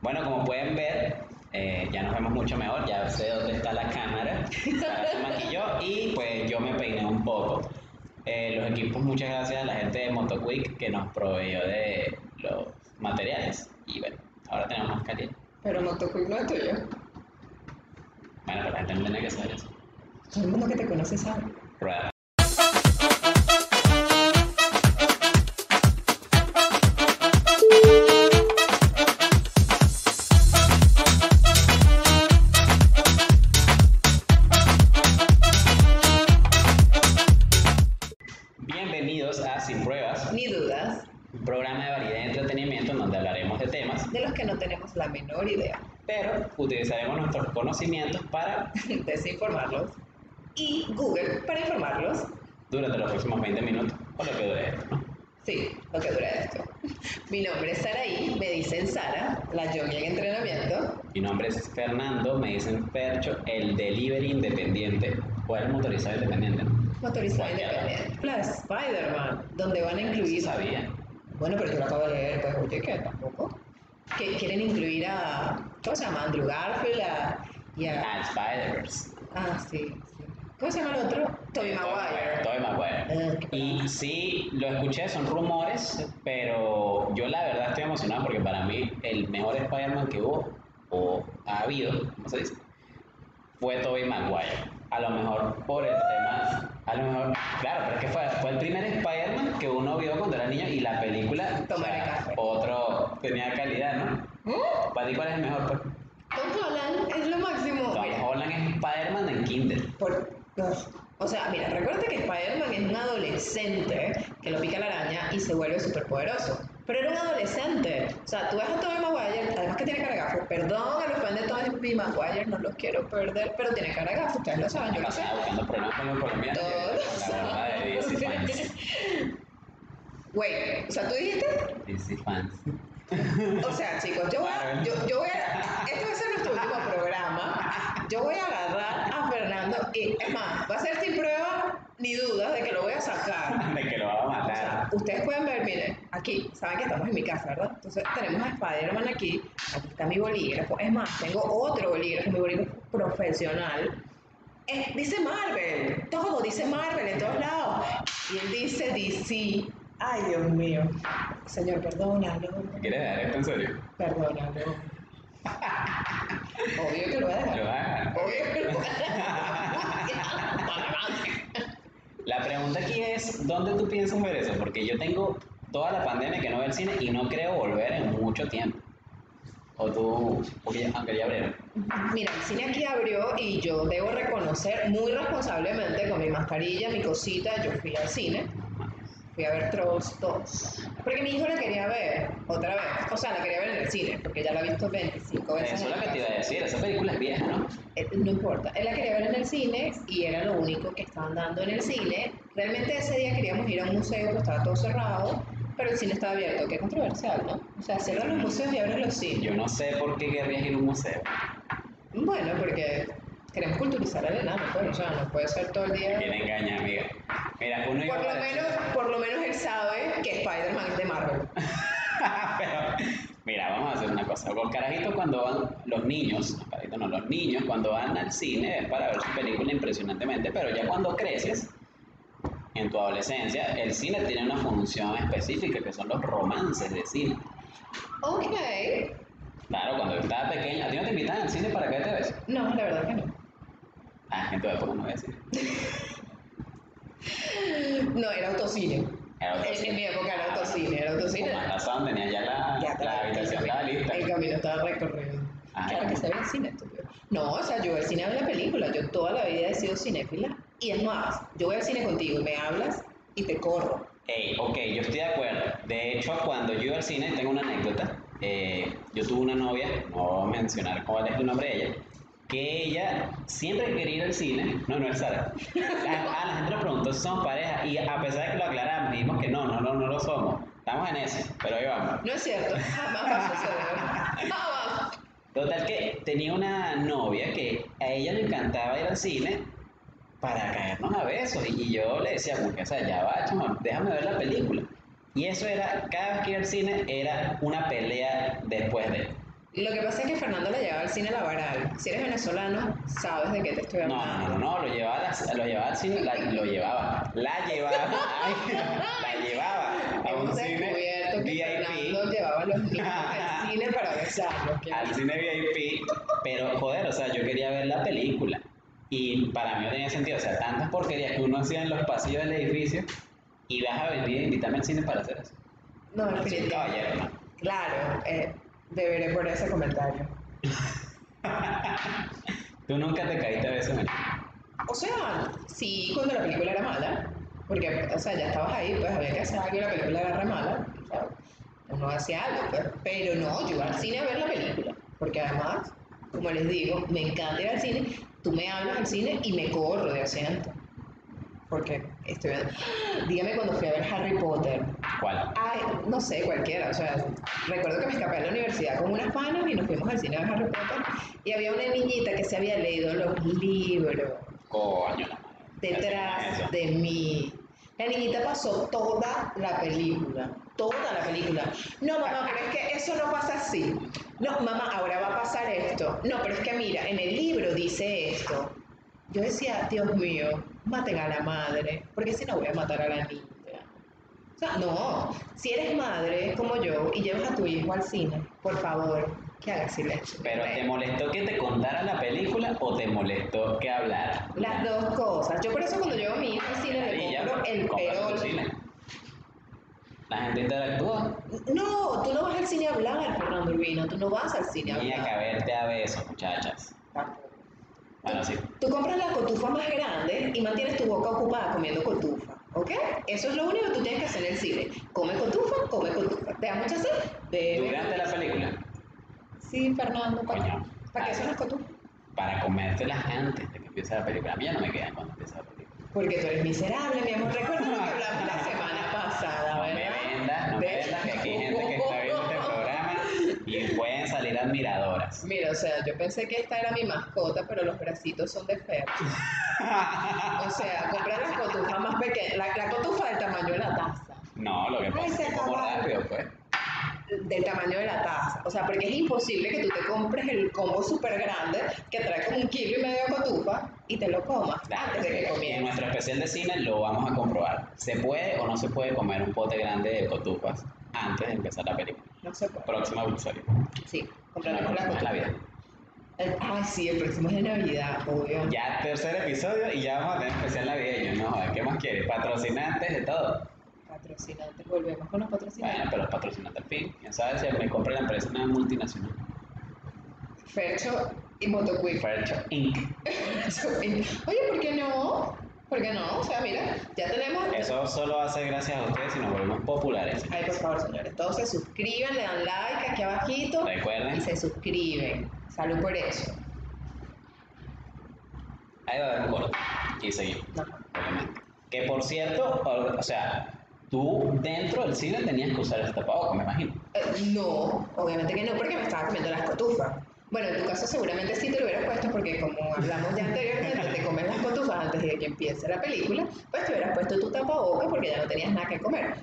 Bueno, como pueden ver, eh, ya nos vemos mucho mejor, ya sé dónde está la cámara, Sara se maquilló y pues yo me peiné un poco. Eh, los equipos, muchas gracias a la gente de MotoQuick que nos proveyó de los materiales. Y bueno, ahora tenemos más calidad. Pero Motocuic no es tuyo. Bueno, pero la gente no tiene que saber eso. Todo el mundo que te conoce sabe. Rueda. Bienvenidos a Sin Pruebas, Ni dudas un programa de variedad y entretenimiento en donde hablaremos de temas, de los que no tenemos la menor idea. pero utilizaremos nuestros conocimientos para, Desinformarlos. Y Google para informarlos. durante los próximos 20 minutos, o lo que dure esto, ¿no? Sí, lo que dura esto. Mi nombre es Saraí, me dicen Sara, la yogi en entrenamiento. Mi nombre es Fernando, me dicen Percho, el delivery independiente, o el motorizado independiente, ¿no? Motorizada Guayaba. independiente. Plus Spider-Man, donde van a Sí incluir. sabía. Bueno, pero yo lo acabo de leer, pues oye, que tampoco. Que quieren incluir a. ¿Cómo se llama? Andrew Garfield a- y a. Ah, Spiders. Ah, sí, sí. ¿Cómo se llama el otro? Eh, Tobey Maguire. Tobey Maguire. Ah, qué Y sí, lo escuché, son rumores, pero yo la verdad estoy emocionado porque para mí el mejor Spider-Man que hubo, o ha habido, ¿cómo se dice? Fue Tobey Maguire. A lo mejor por el tema, a lo mejor, claro, pero es que fue, fue el primer Spider-Man que uno vio cuando era niño y la película, Tomaré café. otro, tenía calidad, ¿no? ¿Mm? ¿Para ti cuál es el mejor? pues? Tom Holland es lo máximo. Tom Mira, Holland es Spider-Man en Kindle. por- ugh. O sea, mira, recuerda que Spider-Man es un adolescente que lo pica la araña y se vuelve superpoderoso. Pero era un adolescente. O sea, tú ves a Tobey Maguire, además que tiene cara de gafo. Perdón a los fans de Tobey Maguire, no los quiero perder, pero tiene cara de gafo. Ustedes lo saben, yo lo sé. Estaba buscando problemas con los colombianos. y ahorita Todos. con La barba de DC fans. Güey, o sea, tú dijiste, DC fans. o sea, chicos, yo voy a, yo, yo voy a, este va a ser nuestro último programa, yo voy a agarrar a Fernando y, es más, va a ser sin prueba ni duda de que lo voy a sacar. De que lo va a O sea, matar. ustedes pueden ver, miren, aquí, saben que estamos en mi casa, ¿verdad? Entonces tenemos a Spider-Man aquí, aquí está mi bolígrafo, es más, tengo otro bolígrafo, mi bolígrafo profesional. Eh, dice Marvel, todo dice Marvel en todos lados. Y él dice DC. Ay, Dios mío. Señor, perdónalo, ¿Quieres dejar esto en serio? perdónalo. Obvio que lo voy a Lo dejar. va a dejar. Obvio que lo voy a dejar. La pregunta aquí es, ¿dónde tú piensas ver eso? Porque yo tengo toda la pandemia que no veo el cine y no creo volver en mucho tiempo. O tú, porque ya- aunque ya abrieron. Mira, el cine aquí abrió y yo debo reconocer muy responsablemente con mi mascarilla, mi cosita, yo fui al cine, fui a ver Trolls 2, porque mi hijo la quería ver otra vez, o sea, la quería ver en el cine, porque ya la ha visto 25 veces. Eso es en lo la que te iba casa. a decir, esa película es vieja, ¿no? Eh, No importa, él la quería ver en el cine y era lo único que estaban dando en el cine. Realmente ese día queríamos ir a un museo, pero estaba todo cerrado, pero el cine estaba abierto, qué controversial, ¿no? O sea, cierran los museos y abren los cines. Yo no sé por qué querrías ir a un museo. Bueno, porque queremos culturizar al enano, pues, o sea, no puede ser todo el día. Quién engaña, amiga. Mira, uno iba Por lo para el menos, por lo menos él sabe que Spider-Man es de Marvel. Pero, mira, vamos a hacer una cosa. Los carajitos cuando van, los niños, los carajitos no, los niños cuando van al cine es para ver su película impresionantemente, pero ya cuando creces, en tu adolescencia, el cine tiene una función específica que son los romances de cine. Ok. Claro, cuando yo estaba pequeño, ¿a ti no te invitan al cine para que te ves? No, la verdad que no. Ah, entonces ¿por qué no voy a decir? No, era autocine. Era autocine. En, en mi época era autocine, era autocine. Con más razón, tenía ya la, Ya, Ah, la habitación estaba lista. El camino estaba recorrido. Ah, claro que ya. se ve el cine, estúpido. No, o sea, yo voy al cine a ver la película. Yo toda la vida he sido cinéfila. Y es más, yo voy al cine contigo y me hablas y te corro. Ey, ok, yo estoy de acuerdo. De hecho, cuando yo iba al cine, tengo una anécdota. eh, yo tuve una novia, no voy a mencionar cuál es el nombre de ella, que ella siempre que quería ir al cine. No, no es Sara. La, a la gente nos preguntó si somos pareja y a pesar de que lo aclaramos, dijimos que no, no, no, no lo somos. Estamos en eso, pero ahí vamos. No es cierto, jamás va a suceder. Jamás. Total que tenía una novia que a ella le encantaba ir al cine para caernos a besos. Y y yo le decía, como que, o sea, ya va, chamo, déjame ver la película. Y eso era, cada vez que iba al cine era una pelea después de. Lo que pasa es que Fernando la llevaba al cine La Varal. Si eres venezolano, sabes de qué te estoy No, no, no, hablando. no, lo llevaba, a la- lo llevaba al cine, la- lo llevaba, la llevaba, ay, la llevaba a un Hemos cine descubierto que Fernando VIP, llevaba a los niños al cine para besarlos. que- al cine VIP, pero joder, o sea, yo quería ver la película y para mí no tenía sentido, o sea, tantas porquerías que uno hacía en los pasillos del edificio y vas a venir a invitarme al cine para hacer eso. No, Soy un definitivamente. caballero, ¿no? Claro, eh, deberé por ese comentario. Tú nunca te caíste de eso, Marico. O sea, sí, cuando la película era mala, porque, o sea, ya estabas ahí, pues había que hacer algo y la película era re mala, o sea, uno hacía algo, pues, pero no, yo iba al cine a ver la película, porque además, como les digo, me encanta ir al cine, tú me hablas al cine y me corro de asiento, porque estoy viendo, dígame cuando fui a ver Harry Potter, ¿Cuál? Ay, no sé, cualquiera. O sea, recuerdo que me escapé de la universidad con unas panas y nos fuimos al cine a ver Harry Potter. Y había una niñita que se había leído los libros Coño, la madre. Eso. detrás de mí. La niñita pasó toda la película. Toda la película. No, mamá, pero es que eso no pasa así. No, mamá, ahora va a pasar esto. No, pero es que mira, en el libro dice esto. Yo decía, Dios mío, maten a la madre, porque si no voy a matar a la niña. O sea, no, si eres madre como yo y llevas a tu hijo al cine, por favor, que haga silencio. ¿Pero te molestó que te contara la película o te molestó que hablara? Las dos cosas. Yo por eso cuando llevo a mi hijo al cine le Maravilla, compro el compra tu perol. cine. La gente interactúa. No, tú no vas al cine a hablar, Fernando Urbino. Tú no vas al cine a Tenía que hablar. haberte a besos, muchachas. Tampoco. Bueno, sí. Tú compras la cotufa más grande y mantienes tu boca ocupada comiendo cotufa, ¿ok? Eso es lo único que tú tienes que hacer en el cine. Come cotufa, come cotufa. ¿Te da mucha sed? Bebe. Durante la película, Sí, Fernando, ¿para, Coño. ¿para qué son las cotufas? para comértelas antes de que empiece la película. A mí ya no me quedan cuando empieza la película. Porque tú eres miserable, mi amor. Recuerda lo que hablamos la semana pasada, No me ¿verdad? vendas, no me De- vendas, que aquí hay gente que está viendo este programa y pueden salir admiradoras. Mira, o sea, yo pensé que esta era mi mascota, pero los bracitos son de Fer. O sea, comprar la cotufa más pequeña, la, la cotufa del tamaño de la taza. No, lo que Ay, pasa se es que como acabaron. rápido, pues. Del tamaño de la taza. O sea, porque es imposible que tú te compres el combo súper grande que trae como un kilo y medio de cotufa y te lo comas antes de que En comiences. nuestro especial de cine lo vamos a comprobar. ¿Se puede o no se puede comer un pote grande de cotufas antes de empezar la película? No se puede. Próxima episodio. Sí, No, compraremos la próxima es cotufa. Navidad. El- Ay, sí, el próximo es de Navidad, obvio. Ya tercer episodio y ya vamos a tener especial navideño. No, joder, ¿qué más quieres? Patrocinantes de todo. Patrocinantes, volvemos con los patrocinantes. Bueno, pero patrocinantes al fin. Quién sabe si me compra la empresa una multinacional. Fercho y Motoquick. Fercho Inc. Oye, ¿por qué no? ¿Por qué no? O sea, mira, ya tenemos... Eso solo va a ser gracias a ustedes si nos volvemos populares. Ay, por favor, señores, todos se suscriban, le dan like aquí abajito y Recuerden, se suscriben. Salud por eso. ahí va a haber un corte. Y seguimos. No. obviamente. Que por cierto, o, o sea, tú dentro del cine tenías que usar el tapabocas, me imagino. Eh, no, obviamente que no, porque me estaba comiendo las cotufas. Bueno, en tu caso seguramente sí te lo hubieras puesto porque como hablamos ya anteriormente, te comes las cotufas antes de que empiece la película, pues te hubieras puesto tu tapabocas porque ya no tenías nada que comer.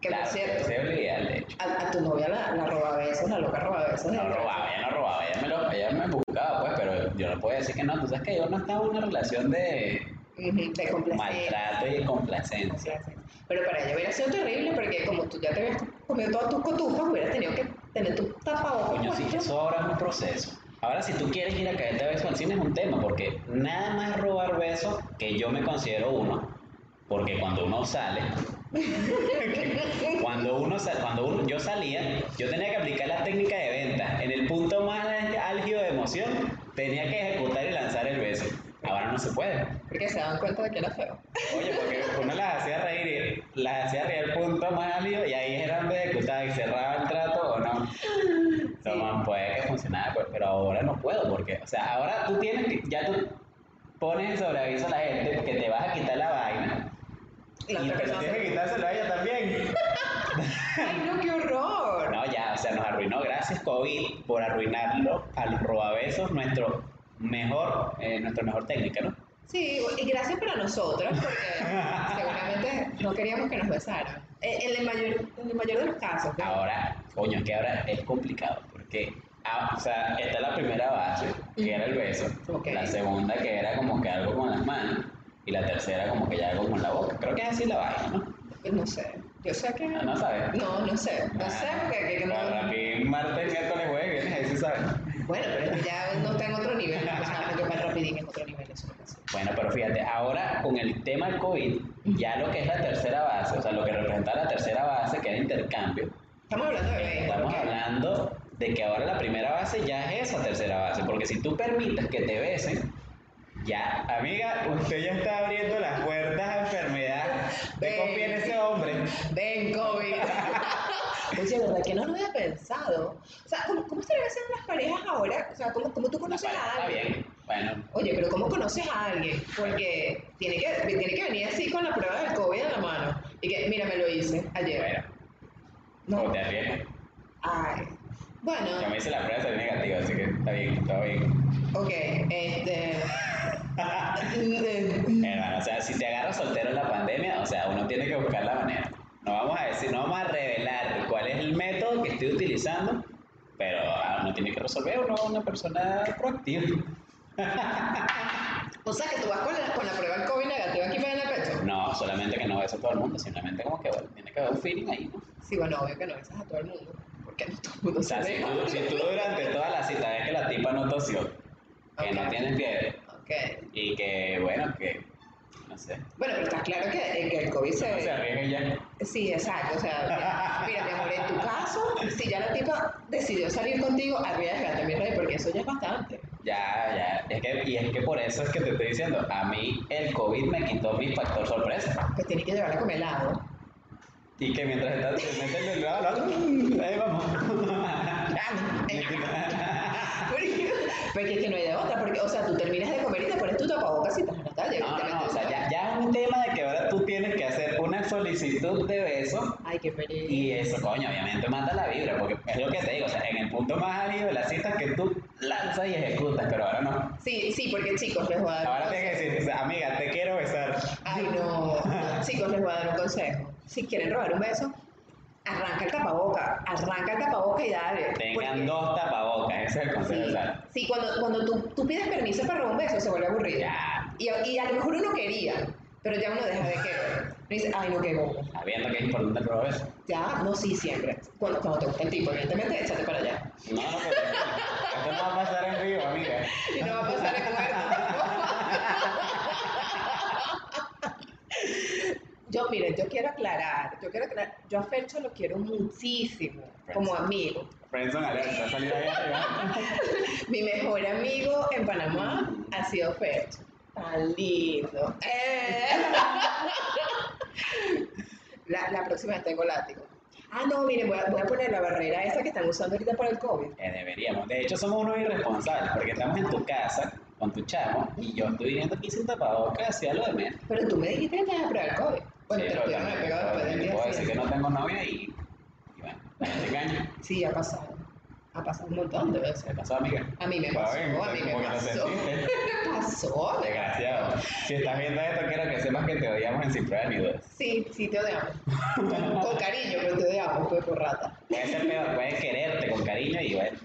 Que Claro, por cierto, Ese es el ideal, de hecho. a, a tu novia la, la roba besos, la loca roba besos. No robaba, ella no robaba, ella me, lo, ella me buscaba, pues, pero yo no puedo decir que no. Tú sabes que yo no estaba en una relación de Te complacencia. maltrato y complacencia. complacencia. Pero para ella hubiera sido terrible porque como tú ya te habías comido todas tus cotufas, hubieras tenido que tener tu tapabocas Coño, sí, puesto. eso ahora es un proceso. Ahora, si tú quieres ir a caerte a besos al cine, es un tema, porque nada más robar besos, que yo me considero uno, porque cuando uno sale, Cuando uno, sa- cuando uno- yo salía, yo tenía que aplicar la técnica de venta. En el punto más álgido de emoción, tenía que ejecutar y lanzar el beso. Ahora no se puede. Porque se daban cuenta de que era feo. Oye, porque uno las hacía reír, y las hacía reír al punto más álgido y ahí eran de ejecutar y cerraba el trato o no. No, man, puede que funcionara, pues, pero ahora no puedo porque, o sea, ahora tú tienes que, ya tú pones en sobreaviso a la gente que te vas a quitar la vaina. La y otra pero persona tienes que se- quitárselo a ella también. ¡Ay, no, qué horror! No, ya, o sea, nos arruinó. Gracias, COVID, por arruinarlo al robabesos, nuestro mejor, eh, nuestra mejor técnica, ¿no? Sí, y gracias para nosotros, porque seguramente no queríamos que nos besaran. Ah. Eh, En el mayor, en el mayor de los casos. ¿no? Ahora, coño, es que ahora es complicado, porque Ah, o sea, está la primera base, que era el beso. Ok. La segunda, que era como que algo con las manos. Y la tercera, como que ya algo con la boca. Creo que es así la vaina, ¿no? Pues No sé. Yo sé que. No, Ah, no sabes. No, no sé. No Ah, sé porque. que- que no- Para mí, martes, miércoles, jueves, viernes, ahí sí sabes. Bueno, pero es que ya no está en otro nivel. O sea, porque para rapidín es otro nivel. Eso no pasa. Bueno, pero fíjate, ahora con el tema del COVID, ya lo que es la tercera base, o sea, lo que representa la tercera base, que era intercambio, Estamos hablando de ley. estamos hablando de que ahora la primera base ya es esa tercera base, porque si tú permites que te besen, ya, amiga, usted ya está abriendo las puertas a enfermedad. Ven. ¿Te conviene ese hombre? Ven, COVID. Oye, ¿verdad que no lo había pensado? O sea, ¿cómo, cómo se relacionan las parejas ahora? O sea, ¿cómo, cómo tú conoces Bueno, a está alguien? bien. Bueno, Oye, pero ¿cómo conoces a alguien? Porque tiene que, tiene que venir así con la prueba del COVID en la mano. Y que, mira, me lo hice ayer. bueno, No. o te arriesgas. Ay. Bueno, Yo me hice la prueba de salir negativa, así que está bien, todo bien. ok. Este. mm, Hermano, o sea, si te agarras soltero en la pandemia, o sea, uno tiene que buscar la manera. No vamos a decir, no vamos a revelar cuál es el método que estoy utilizando, pero ah, uno tiene que resolver, uno es una persona proactiva. o sea, que tú vas con la, con la prueba del COVID negativa aquí en el pecho. No, solamente que no besa a todo el mundo, simplemente como que bueno, tiene que haber un feeling ahí, ¿no? Sí, bueno, obvio que no besas a todo el mundo. Porque no todo el O mundo se sea, si deja. tú, si tú durante toda la cita ves que la tipa no tosió, que Ok. no tiene fiebre Ok. y que, bueno, que, no sé, Bueno, pero está claro que, eh, que el COVID se. no se arriesgue ya. Sí, exacto. O sea, mira, mi amor, en tu caso, si ya la tipa decidió salir contigo, arriesgate, mi rey, porque eso ya es bastante. Ya, ya. Es que, y es que por eso es que te estoy diciendo, a mí el COVID me quitó mi factor sorpresa. Pues tienes que llevarla con helado. Y que mientras estás te meten del lado al otro, mm, ahí vamos. Porque porque es que no hay de otra, porque, o sea, tú terminas de comer y te pones tu tapabocas y estás en la calle. No, te no, metes- no, o sea, ya, ya es un tema de que ahora tú tienes que hacer una solicitud de beso. Ay, qué pereza. Y eso, coño, obviamente mata la vibra, porque es lo que te digo, o sea, en el punto más álgido de la cita es que tú lanzas y ejecutas, pero ahora no. Sí, sí, porque chicos, les voy a dar un Ahora consejo. tienes que decir, amiga, te quiero besar. Ay, no. No, Chicos, les voy a dar un consejo. Si quieren robar un beso, arranca el tapaboca, arranca el tapaboca y dale. Tengan Porque- dos tapabocas, ese es el consejo de Sí, Sara. sí, cuando, cuando tú, tú pides permiso para robar un beso se vuelve aburrido. Ya. Y, a- y a lo mejor uno quería, pero ya uno deja de querer. Uno dice, ay, no, qué bobo. Sabiendo que es importante el robo eso. Ya, no, sí, siempre. Cuando, cuando te gusta el tipo, evidentemente, échate para allá. No, no, pero esto no va a pasar en vivo, amiga. Y no va a pasar en Yo, miren, yo quiero aclarar, yo quiero aclarar, yo a Fercho lo quiero muchísimo, como amigo. Friendzone alerta, va a salir ahí arriba. Mi mejor amigo en Panamá ha sido Fercho. Tan lindo. ¡Eh! La, la próxima vez tengo látigo. Ah, no, miren, voy a, voy a poner la barrera esa que están usando ahorita por el COVID. Eh, deberíamos. De hecho, somos unos irresponsables porque estamos en tu casa con tu chamo y yo estoy viniendo aquí sin tapabocas hacia lo de menos. Pero tú me dijiste que te ibas a probar el COVID. Bueno, Sí, te lo pero pudieron haber también, pegado después del también día puedo decir que siguiente. no tengo novia y, y bueno, también te engaño. Sí, ha pasado. Ha pasado un montón de veces. ¿Qué pasó, amiga? A mí me Ya pasó, ven, a mí me como que lo pasó. sentiste. Me pasó. Desgraciado. Si estás viendo esto, quiero que sepas que te odiamos en Sin Pruebas ni Dudas. Sí, sí, te odiamos. Con cariño, pero te odiamos, fue por rata. Puede ser peor, puedes quererte con cariño y bueno,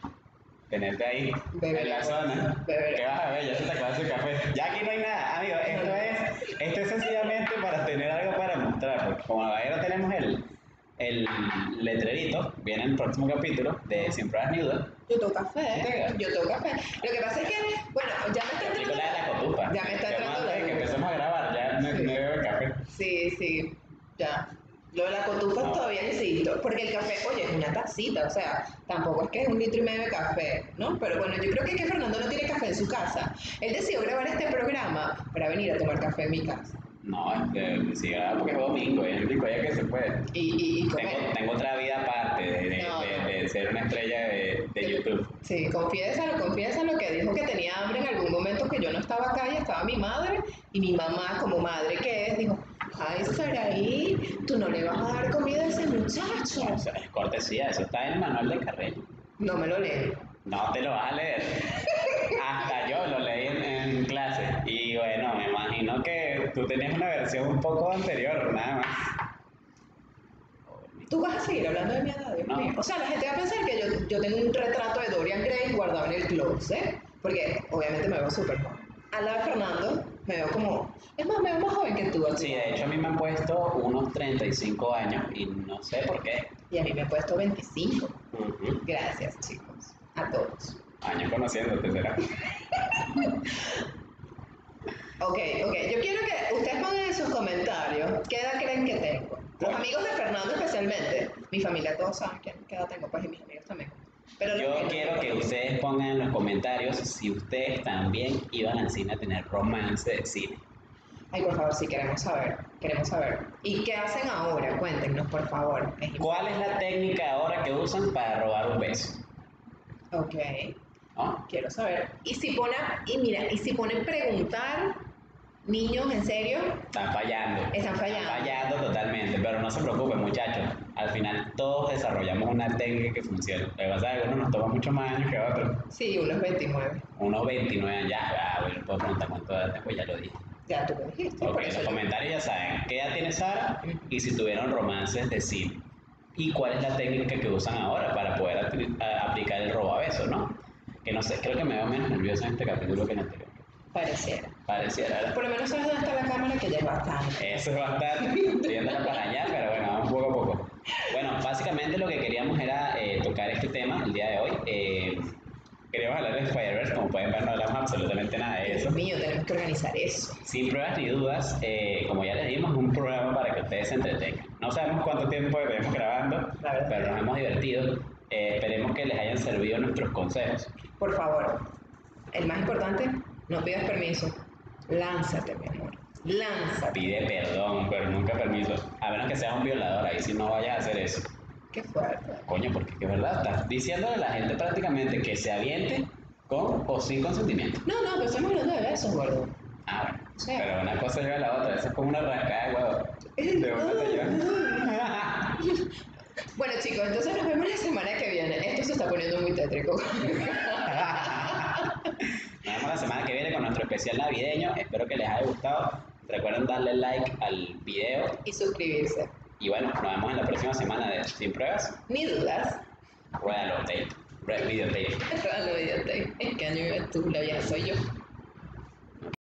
tenerte ahí Beber. en la zona. Beber. Que vas a ver, ya se te acabó su café. Ya aquí no hay nada, amigo. Esto es, esto es sencillamente para tener algo para mostrar. Porque como ahora tenemos el, el letrerito, viene el próximo capítulo de Sin Pruebas Ni Dudas. Yo toco café, ¿eh? Sí. yo toco café. Lo que pasa es que, bueno, ya me está La entrando. película de la cotupa. Ya me está Que entrando más la de que duda. empezamos a grabar, ya me, Sí. me bebo el café. Sí, sí, ya. Lo de la cotufa No. todavía insisto, porque el café, oye, es una tacita, o sea, tampoco es que es un litro y medio de café, ¿no? Pero bueno, yo creo que, es que Fernando no tiene café en su casa. Él decidió grabar este programa para venir a tomar café en mi casa No, este, sí, grababa porque es domingo, es el único día que se puede. y, y, y comer. Tengo, tengo otra vida aparte de, de- No. de- de ser una estrella de, de YouTube. Sí, confiésalo, confiésalo que dijo que tenía hambre en algún momento que yo no estaba acá y estaba mi madre y mi mamá como madre que es dijo, ay Saraí, tú no le vas a dar comida a ese muchacho. O sea, es cortesía, eso está en el manual de Carrello. No me lo leo. No te lo vas a leer. Hasta yo lo leí en, en clase. Y bueno, me imagino que tú tenías una versión un poco anterior, nada más. Tú vas a seguir hablando de mi edad, Dios No. mío. O sea, la gente va a pensar que yo, yo tengo un retrato de Dorian Gray lo sé, porque obviamente me veo súper joven. Al lado de Fernando, me veo como. Es más, me veo más joven que tú, así. Sí, de hecho a mí me han puesto unos 35 años y no sé por qué. Y a mí me he puesto 25. Ujú. Gracias, chicos. A todos. Años conociéndote, será. Ok, ok. Yo quiero que ustedes pongan en sus comentarios qué edad creen que tengo. Los Claro. amigos de Fernando especialmente. Mi familia todos saben qué, qué edad tengo, pues y mis amigos también. Pero no- Yo quiero que ustedes pongan en los comentarios si ustedes también iban al cine a tener romance de cine. Ay, por favor, sí, queremos saber. Queremos saber. ¿Y qué hacen ahora? Cuéntenos, por favor. Es ¿Cuál es la técnica ahora que usan para robar un beso? Ok, ¿No? quiero saber. Y si pone, y mira, y si ponen preguntar, niños, en serio, Están fallando. Están fallando. fallando totalmente, pero no se preocupen muchachos. Al final todos desarrollamos una técnica que funciona. Lo que pasa es que uno nos toma mucho más años que otro. sí, unos 29. Uno 29 años, ya, ah, bueno, puedo preguntar cuánto edad tengo, pues ya lo dije. Ya tú lo dijiste, Ok, por en eso los yo- comentarios ya saben qué edad tiene Sara y si tuvieron romances de cine. Y cuál es la técnica que usan ahora para poder apli- a- aplicar el robabeso, ¿no? Que no sé, creo que me veo menos nervioso en este capítulo que en el anterior. pareciera. Pareciera, ¿verdad? Por lo menos sabes dónde está la cámara que ya es bastante. Eso es bastante. Estoy andando para allá, pero bueno, vamos poco a poco. Bueno, básicamente lo que queríamos era eh, tocar este tema el día de hoy. Eh, queríamos hablar de Spider-Verse, como pueden ver, no hablamos absolutamente nada de eso. Dios mío, tenemos que organizar eso. Sin pruebas ni dudas, eh, como ya les dimos, es un programa para que ustedes se entretengan. No sabemos cuánto tiempo tenemos grabando, La verdad. pero nos hemos divertido. Eh, esperemos que les hayan servido nuestros consejos. Por favor, el más importante, no pidas permiso. Lánzate, mi amor. Lánzate. Pide perdón, pero nunca permiso. A menos que seas un violador, ahí si no vayas a hacer eso. Qué fuerte. Coño, porque es verdad, estás diciéndole a la gente prácticamente que se aviente con o sin consentimiento. No, no, pero estamos hablando de besos, gordo. Ah, bueno. Sí. Pero una cosa lleva a la otra, eso es como una rascada de huevo. De una tallón. Bueno, chicos, entonces nos vemos la semana que viene. Esto se está poniendo muy tétrico. Nos vemos la semana que viene con nuestro especial navideño. Espero que les haya gustado. Recuerden darle like al video. y suscribirse. Y bueno, nos vemos en la próxima semana de Sin Pruebas. Ni dudas. Rueda los tape. Red videotape. Esto es lo videotape. Es que a mí me tú, la vieja soy yo.